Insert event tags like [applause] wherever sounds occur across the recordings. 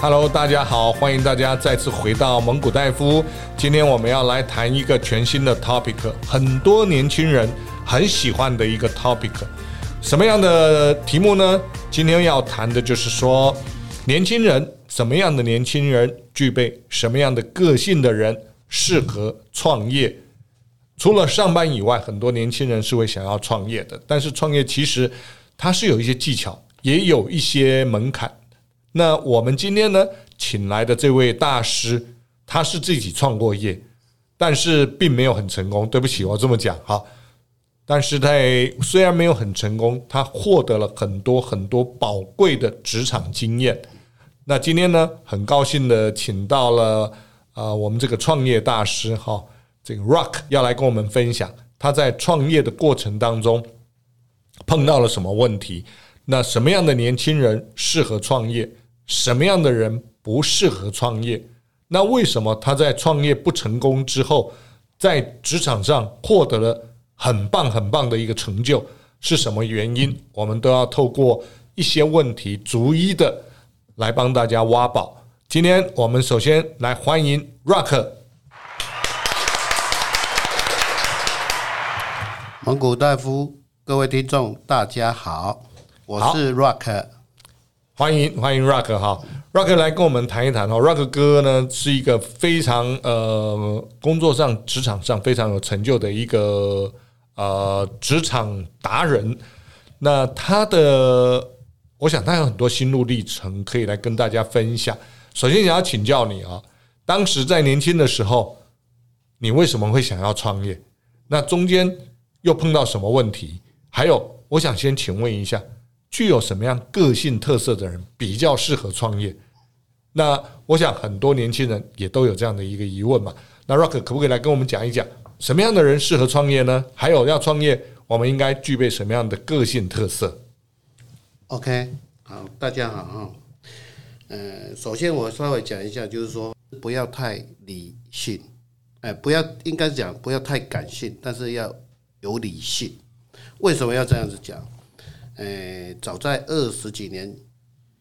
Hello，大家好，欢迎大家再次回到蒙古大夫。今天我们要来谈一个全新的 topic，很多年轻人很喜欢的一个 topic。什么样的题目呢？今天要谈的就是说，年轻人什么样的年轻人具备什么样的个性的人适合创业。除了上班以外，很多年轻人是会想要创业的，但是创业其实它是有一些技巧，也有一些门槛。那我们今天呢，请来的这位大师，他是自己创过业，但是并没有很成功。对不起，我这么讲哈。但是在虽然没有很成功，他获得了很多很多宝贵的职场经验。那今天呢，很高兴的请到了啊、呃我们这个创业大师哈、这个 Rock 要来跟我们分享他在创业的过程当中碰到了什么问题，那什么样的年轻人适合创业，什么样的人不适合创业？那为什么他在创业不成功之后，在职场上获得了很棒很棒的一个成就？是什么原因？我们都要透过一些问题，逐一的来帮大家挖宝。今天我们首先来欢迎 Rock。蒙古大夫，各位听众，大家好，我是 Rock。欢迎欢迎 Rock 哈，Rock 来跟我们谈一谈哦。Rock 哥呢是一个非常呃工作上职场上非常有成就的一个呃职场达人。那他的，我想他有很多心路历程可以来跟大家分享。首先想要请教你啊，当时在年轻的时候，你为什么会想要创业？那中间又碰到什么问题？还有，我想先请问一下，具有什么样个性特色的人比较适合创业？那我想很多年轻人也都有这样的一个疑问嘛。那 Rock 可不可以来跟我们讲一讲，什么样的人适合创业呢？还有要创业，我们应该具备什么样的个性特色？ OK，好，大家好哈。呃，首先我稍微讲一下，就是说不要太理性，哎、不要应该讲不要太感性，但是要有理性。为什么要这样子讲？呃，早在二十几年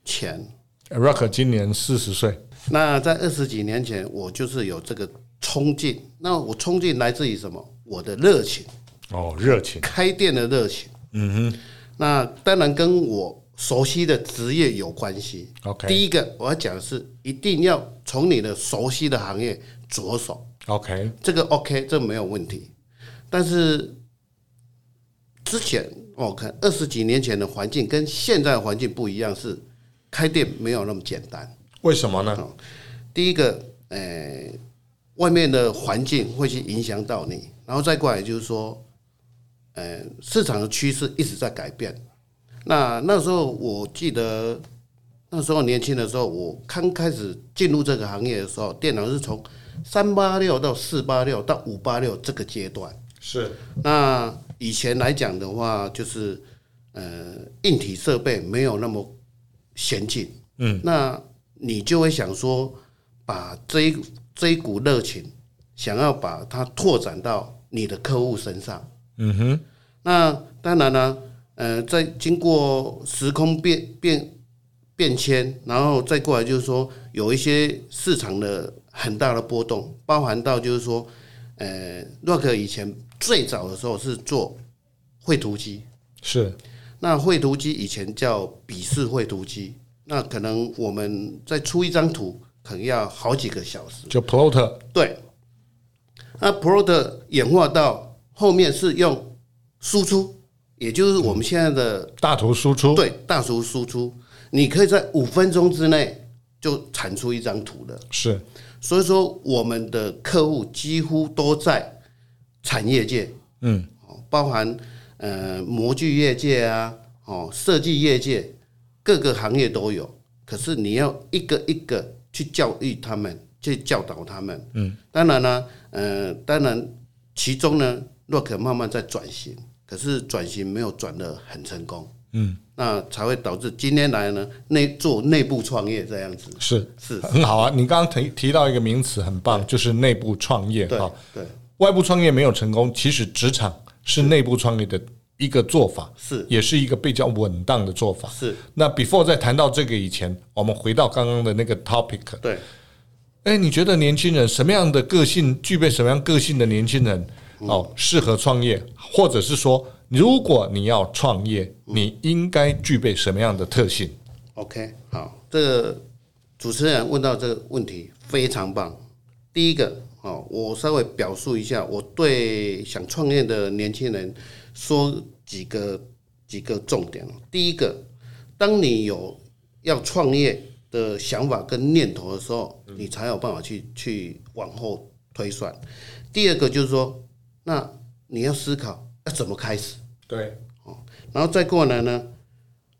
前，呃 Rock 今年四十岁，那在二十几年前，我就是有这个冲劲。那我冲劲来自于什么？我的热情。哦，热情，开店的热情。嗯哼，那当然跟我熟悉的职业有关系。 OK 第一个我要讲的是，一定要从你的熟悉的行业着手， ，OK，这个 OK，这没有问题。但是之前我看二十几年前的环境跟现在的环境不一样，是开店没有那么简单。为什么呢？第一个，呃，外面的环境会去影响到你，然后再过来就是说，呃，市场的趋势一直在改变。那那时候我记得，那时候年轻的时候，我刚开始进入这个行业的时候，电脑是从三八六到四八六到五八六这个阶段。是那以前来讲的话，就是呃，硬体设备没有那么先进，嗯，那你就会想说，把这一这一股热情，想要把它拓展到你的客户身上，嗯哼，那当然呢、呃，在经过时空变变变迁，然后再过来就是说，有一些市场的很大的波动，包含到就是说，呃，Rock 以前最早的时候是做绘图机，是，那绘图机以前叫笔式绘图机，那可能我们再出一张图，可能要好几个小时。就 Plot，对，那 Pro 的演化到后面是用输出，也就是我们现在的大图输出，对大图输出，你可以在五分钟之内就产出一张图了。是所以说，我们的客户几乎都在产业界，嗯，包含呃模具业界啊，哦设计业界，各个行业都有。可是你要一个一个去教育他们，去教导他们，嗯，当然呢、呃，当然其中呢，若可慢慢在转型，可是转型没有转得很成功，嗯，那才会导致今天来呢内做内部创业这样子，是是，很好啊。你刚刚提提到一个名词，很棒，就是内部创业对哈。对。外部创业没有成功，其实职场是内部创业的一个做法，是也是一个比较稳当的做法。是，那 before 在谈到这个以前，我们回到刚刚的那个 topic，对，哎，你觉得年轻人什么样的个性，具备什么样个性的年轻人哦，适合创业，或者是说，如果你要创业，你应该具备什么样的特性？ OK，好，这个主持人问到这个问题非常棒。第一个，哦，我稍微表述一下我对想创业的年轻人说几个几个重点。第一个，当你有要创业的想法跟念头的时候，你才有办法去去往后推算。第二个就是说，那你要思考要怎么开始。对，然后再过来呢，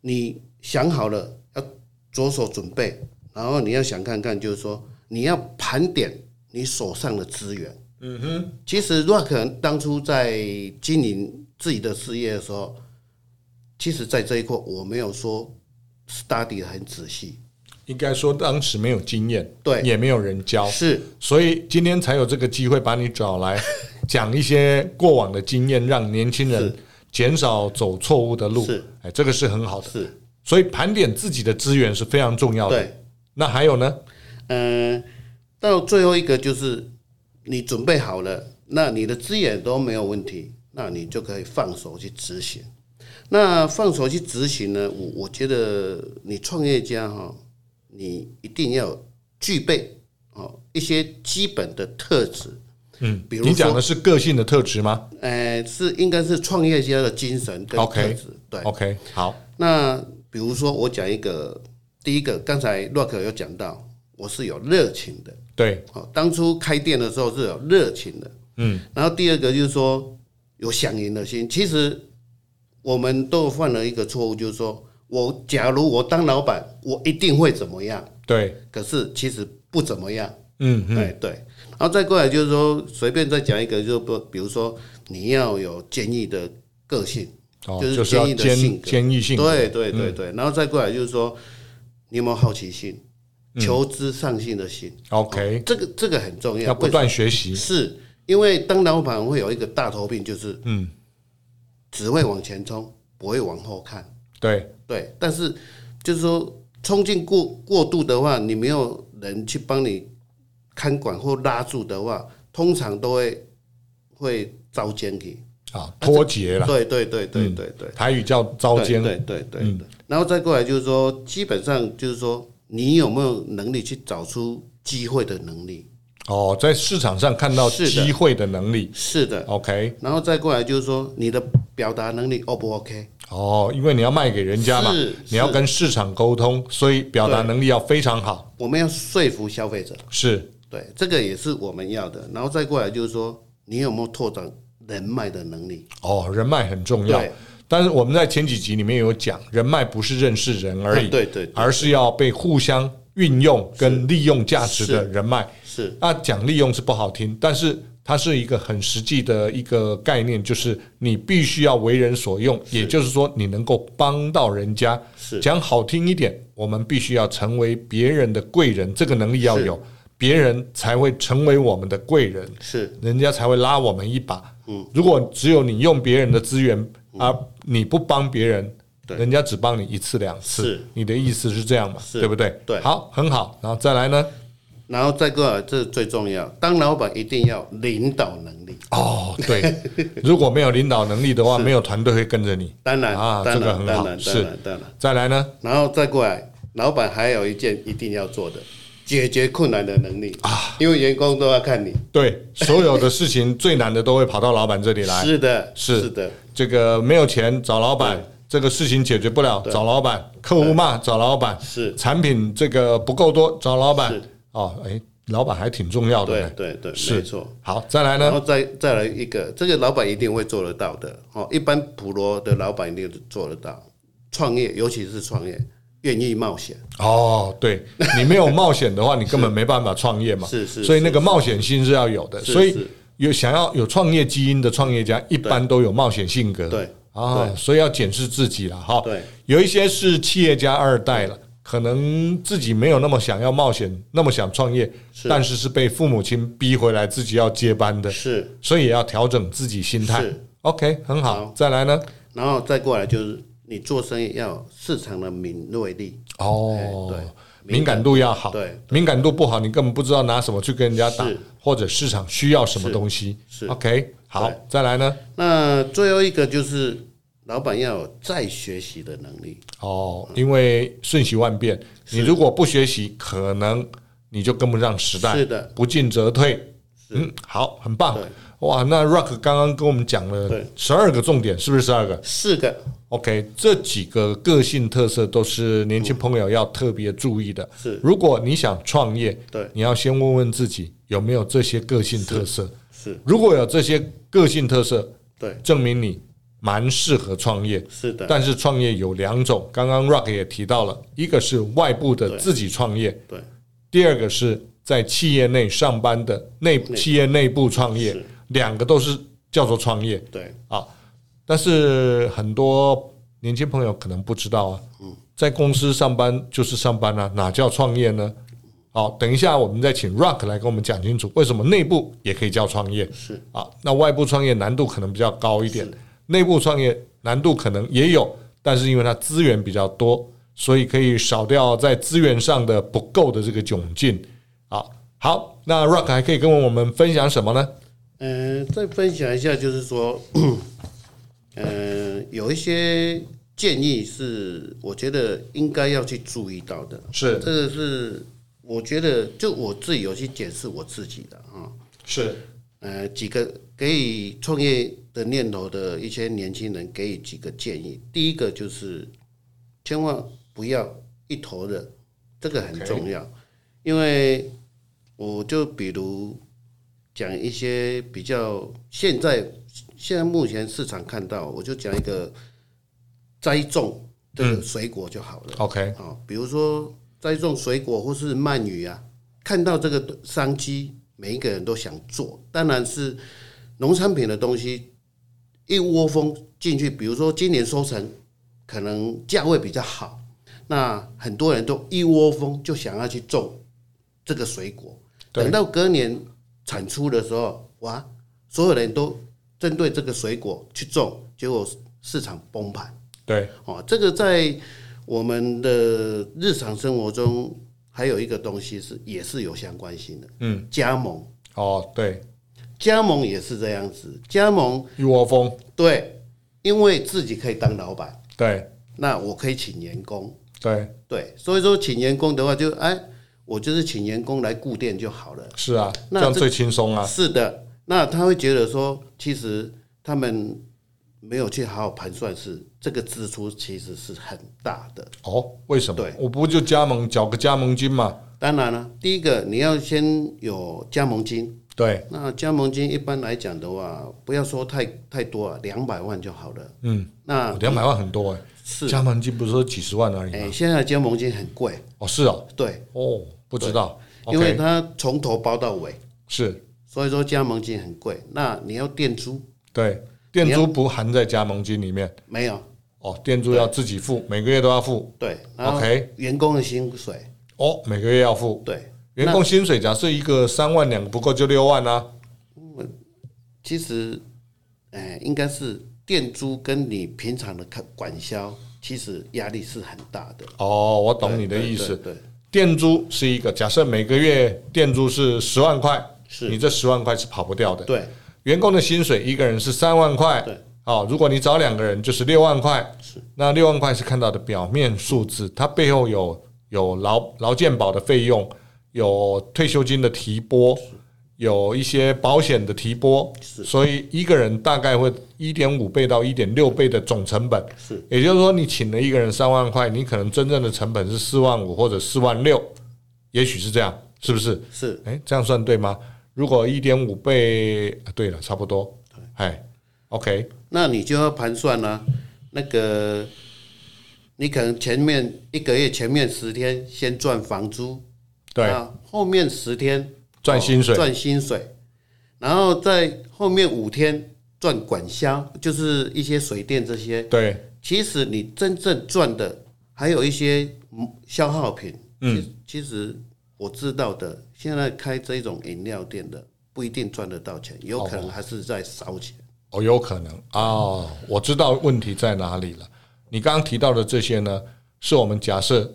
你想好了要着手准备，然后你要想看看，就是说你要盘点你手上的资源。嗯哼，其实 Rock 当初在经营自己的事业的时候，其实在这一块我没有说 study 得很仔细，应该说当时没有经验，对也没有人教，是所以今天才有这个机会把你找来，讲一些过往的经验，让年轻人减少走错误的路是。哎，这个是很好的。是，所以盘点自己的资源是非常重要的。对，那还有呢？嗯，到最后一个就是你准备好了，那你的资源都没有问题，那你就可以放手去执行。那放手去执行呢，我我觉得你创业家哈、你一定要具备哦一些基本的特质，嗯，比如你讲说的，是个性的特质吗呃，是应该是创业家的精神跟特 OK 质对。 ？OK，好，那比如说我讲一个，第一个，刚才 Rock 有讲到，我是有热情的。对，哦，当初开店的时候是有热情的，嗯，然后第二个就是说有想赢的心。其实我们都犯了一个错误，就是说我假如我当老板，我一定会怎么样？对，可是其实不怎么样，嗯嗯，哎对。然后再过来就是说，随便再讲一个，就是不，比如说你要有坚毅的个性，哦，就是就是要坚毅的性坚格坚毅性格，对对嗯对对。然后再过来就是说，你有没有好奇心、嗯求知上进的心？ ，OK，这个这个很重要，要不断学习，是因为当老板会有一个大头病，就是嗯，只会往前冲，不会往后看。对，对，但是就是说冲进过过度的话，你没有人去帮你看管或拉住的话，通常都会会遭奸去。啊，脱节了，对对对对对对，台语叫遭对奸，嗯对对对对。然后再过来就是说，基本上就是说，你有没有能力去找出机会的能力？哦，在市场上看到是的机会的能力是的。 ，OK，然后再过来就是说，你的表达能力 O 不 OK？哦，因为你要卖给人家嘛是，你要跟市场沟通，所以表达能力要非常好。我们要说服消费者，是对，这个也是我们要的。然后再过来就是说，你有没有拓展人脉的能力？哦，人脉很重要对。但是我们在前几集里面有讲，人脉不是认识人而已，啊啊对对对而是要被互相运用跟利用价值的人脉。是那讲利用是不好听，但是它是一个很实际的一个概念，就是你必须要为人所用，也就是说你能够帮到人家。是讲好听一点，我们必须要成为别人的贵人，这个能力要有，别人才会成为我们的贵人，是人家才会拉我们一把。嗯，如果只有你用别人的资源，而你不帮别人。嗯对人家只帮你一次两次是，你的意思是这样嘛？是对不对？对好，很好，然后再来 [laughs] 呢？然后再过来，这是最重要。当老板一定要领导能力，哦，对，如果没有领导能力的话，没有团队会跟着你。当然，啊当这个然，很好当然，当是然，当然。再来呢？然后再过来，老板还有一件一定要做的，解决困难的能力啊，因为员工都要看你。对，所有的事 [laughs] 情最难的都会跑到老板这里来。是的，是是的，这个没有钱找老板，这个事情解决不了找老板，客户骂找老板，是产品这个不够多找老板是。哦，哎，老板还挺重要的对呢。对对，是没错。好，再来然呢？后再再来一个，这个老板一定会做得到的哦。一般普罗的老板一定做得到，创业尤其是创业，愿意冒险，哦，对，你没有冒险的话，你根本没办法创业嘛。是是所以那个冒险心是要有的。是所以是有想要有创业基因的创业家，一般都有冒险性格。对啊，所以要检视自己了哈。对，有一些是企业家二代了，可能自己没有那么想要冒险，那么想创业，是但是是被父母亲逼回来自己要接班的，是所以也要调整自己心态是。 OK，很好好。再来呢？然后再过来就是你做生意要有市场的敏锐力，哦，哎对敏感度要好，对，敏感度不好，你根本不知道拿什么去跟人家打是，或者市场需要什么东西。是 OK，好对，再来呢？那最后一个就是老板要有再学习的能力，哦，因为瞬息万变，你如果不学习，可能你就跟不上时代，是的，不进则退。嗯，好，很棒对。哇，那 Rock 刚刚跟我们讲了对十二个重点，是不是十二个？四个 OK，这几个个性特色都是年轻朋友要特别注意的。是如果你想创业，对你要先问问自己有没有这些个性特色。是如果有这些个性特色，对，证明你蛮适合创业。是的，但是创业有两种，刚刚 Rock 也提到了，一个是外部的对自己创业，对，第二个是在企业内上班的内内企业内部创业是，两个都是叫做创业。对，啊，但是很多年轻朋友可能不知道啊，嗯在公司上班就是上班啊，哪叫创业呢？好，等一下我们再请 Rock 来跟我们讲清楚，为什么内部也可以叫创业是啊？那外部创业难度可能比较高一点，内部创业难度可能也有，但是因为它资源比较多，所以可以少掉在资源上的不够的这个窘境啊。好，那 Rock 还可以跟我们分享什么呢？嗯、再分享一下，就是说，嗯、有一些建议是我觉得应该要去注意到的，是这个是我觉得就我自己有去解释我自己的啊，是呃，几个给予创业的念头的一些年轻人给予几个建议。第一个就是千万不要一头热，这个很 OK 重要因为我就比如讲一些比较现在现在目前市场看到，我就讲一个栽种这个水果就好了。 OK，哦，比如说栽种水果或是鳗鱼啊，看到这个商机，每一个人都想做。当然是农产品的东西，一窝蜂进去。比如说今年收成，可能价位比较好，那很多人都一窝蜂就想要去种这个水果。对等到隔年产出的时候，哇，所有人都针对这个水果去种，结果市场崩盘。对，哦，这个在我们的日常生活中还有一个东西是也是有相关性的，嗯，加盟，哦，对，加盟也是这样子，加盟一窝蜂，对，因为自己可以当老板，对那我可以请员工，对，对，所以说请员工的话就哎，我就是请员工来顾店就好了。是啊，这那样这最轻松啊，是的，那他会觉得说，其实他们没有去好好盘算是，这个支出其实是很大的。哦，为什么对？我不就加盟缴个加盟金嘛？当然了，第一个你要先有加盟金。对，那加盟金一般来讲的话，不要说太太多啊，两百万就好了。嗯，那两百万很多哎、是加盟金不是啊说几十万而已哎、吗？现在的加盟金很贵，哦，是哦，对，哦，不知道因为，OK，它从头包到尾，是所以说加盟金很贵。那你要店租对，店租不含在加盟金里面没有？哦，店租要自己付，每个月都要付对，然后 OK 员工的薪水，哦，每个月要付。对，员工薪水假设一个三万，两个不够就六万啊。其实，哎、应该是店租跟你平常的管管销，其实压力是很大的。哦，我懂你的意思。对，对对店租是一个，假设每个月店租是十万块，是你这十万块是跑不掉的。对，员工的薪水一个人是三万块，对，好、如果你找两个人就是六万块，是，那六万块是看到的表面数字，它背后有有劳劳健保的费用，有退休金的提拨，有一些保险的提拨，是所以一个人大概会一点五倍到一点六倍的总成本，是也就是说，你请了一个人三万块，你可能真正的成本是四万五或者四万六，也许是这样，是不是？是。哎，这样算对吗？如果一点五倍，啊对了，差不多。哎，OK，那你就要盘算啦、那个，你可能前面一个月前面十天先赚房租，对，那后面十天赚薪水啊哦赚薪水，然后在后面五天赚管销，就是一些水电这些。对，其实你真正赚的还有一些嗯消耗品。嗯，其实我知道的，现在开这种饮料店的不一定赚得到钱，有可能还是在烧钱。哦，有可能哦，我知道问题在哪里了。你刚刚提到的这些呢，是我们假设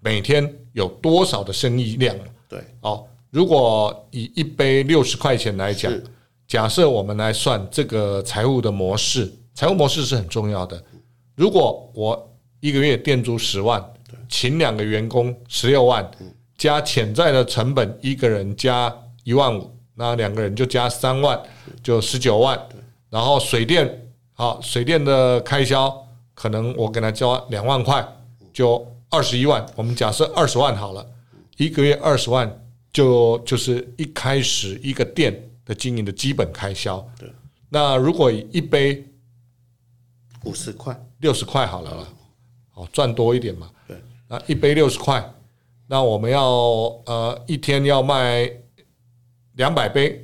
每天有多少的生意量对，哦。如果以一杯六十块钱来讲是，假设我们来算这个财务的模式，财务模式是很重要的。如果我一个月店租十万，请两个员工十六万，加潜在的成本，一个人加一万五，那两个人就加三万，就十九万。然后水电，好，水电的开销可能我给他交两万块，就二十一万。我们假设二十万好了，一个月二十万就就是一开始一个店的经营的基本开销。对，那如果以一杯五十块，六十块好了啦，哦，赚多一点嘛。对，那一杯六十块，那我们要呃一天要卖两百杯，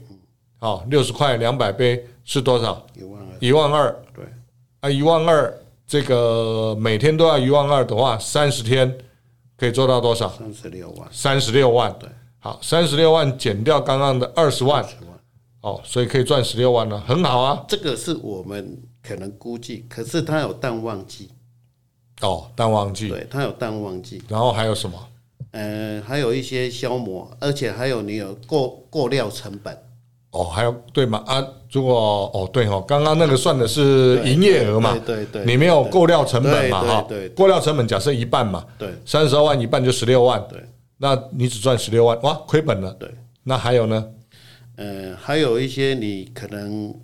哦，六十块两百杯是多少？一万二，一万二对，啊，一万二，这个每天都要一万二的话，三十天可以做到多少？三十六万，三十六万。对，好，三十六万减掉刚刚的二十万，十万，哦，所以可以赚十六万了，很好啊。这个是我们可能估计，可是它有淡旺季，哦，淡旺季，对，它有淡旺季，然后还有什么？嗯，还有一些消磨，而且还有你有过过料成本，哦，还有对嘛啊？如果哦对哦，刚刚那个算的是营业额嘛，对对对对你没有购料成本嘛对哈对对，对购料成本假设一半嘛，对三十二万一半就十六万，对那你只赚十六万，哇，亏本了。对，那还有呢？嗯，还有一些你可能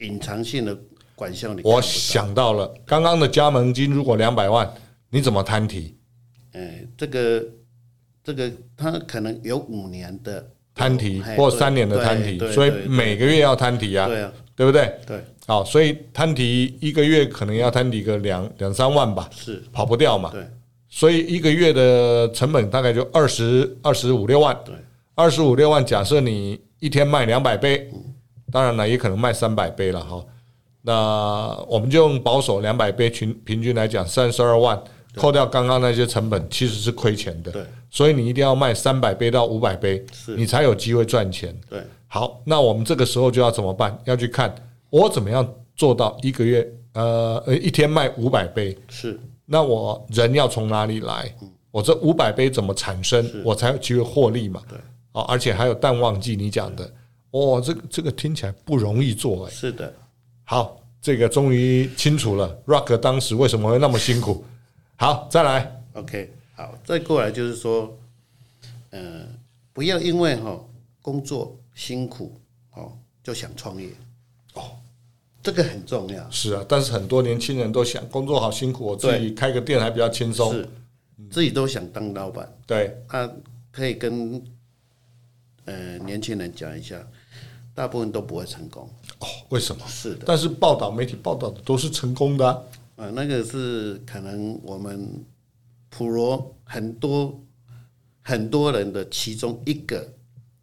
隐藏性的管销，你看不我到，想到了，刚刚的加盟金如果两百万，你怎么摊提？嗯，这个这个它可能有五年的摊提嘿或对三年的对摊提，对所以对每个月要摊提啊，对啊，对不对？对，好，所以摊提一个月可能要摊提个两两三万吧，是，跑不掉嘛。对所以一个月的成本大概就二十二十五六万，对二十五六万。假设你一天卖两百杯，当然了，也可能卖三百杯了哈。那我们就用保守两百杯平平均来讲，三十二万，扣掉刚刚那些成本，其实是亏钱的。对所以你一定要卖三百杯到五百杯，是你才有机会赚钱。对，好，那我们这个时候就要怎么办？要去看我怎么样做到一个月呃呃一天卖五百杯。是那我人要从哪里来？嗯我这五百杯怎么产生，我才有机会获利嘛？对，哦，而且还有淡旺季，你讲的，哦，这个这个听起来不容易做哎。是的，好，这个终于清楚了，Rock 当时为什么会那么辛苦。好，再来， OK，好，再过来就是说，呃，不要因为哈、工作辛苦哦就想创业哦，这个很重要。是啊，但是很多年轻人都想工作好辛苦，我自己开个店还比较轻松。是，自己都想当老板，对，那、可以跟呃年轻人讲一下，大部分都不会成功。哦，为什么？是的，但是报道媒体报道的都是成功的啊、呃，那个是可能我们普罗很多很多人的其中一个，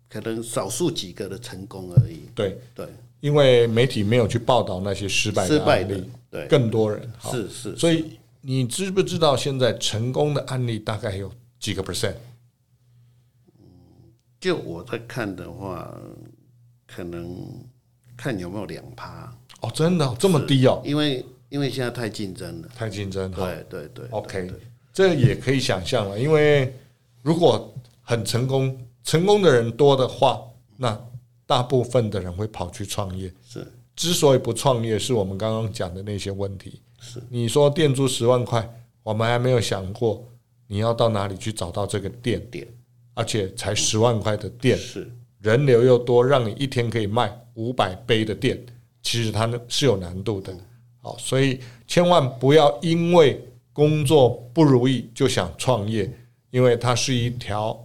可能少数几个的成功而已。对，对，因为媒体没有去报道那些失败失的败案的例，，对，更多人。好是是，所以你知不知道现在成功的案例大概有几个 percent？就我在看的话，可能看有没有两趴，哦，真的哦、这么低哦，因为因为现在太竞争了，太竞争了。对对对 OK，这也可以想象了，因为如果很成功，成功的人多的话，那大部分的人会跑去创业。是之所以不创业，是我们刚刚讲的那些问题。是你说店租十万块，我们还没有想过你要到哪里去找到这个店，店而且才十万块的店，是人流又多，让你一天可以卖五百杯的店，其实它呢是有难度的。好，所以千万不要因为工作不如意就想创业，因为它是一条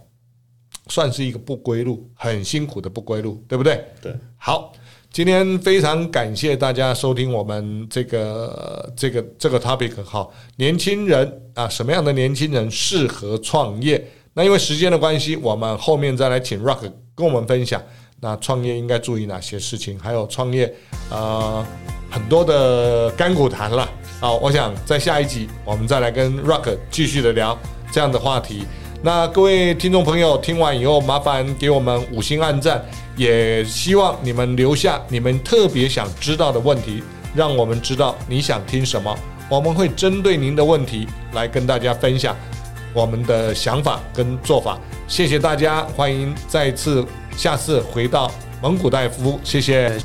算是一个不归路，很辛苦的不归路，对不对？对，好，今天非常感谢大家收听我们这个这个这个 topic 哈，年轻人啊，什么样的年轻人适合创业？那因为时间的关系，我们后面再来请 Rock 跟我们分享，那创业应该注意哪些事情，还有创业呃很多的甘苦谈了。好，我想在下一集我们再来跟 Rock 继续的聊这样的话题。那各位听众朋友，听完以后麻烦给我们五星按赞，也希望你们留下你们特别想知道的问题，让我们知道你想听什么，我们会针对您的问题来跟大家分享我们的想法跟做法。谢谢大家，欢迎再次下次回到蒙古大夫，谢谢。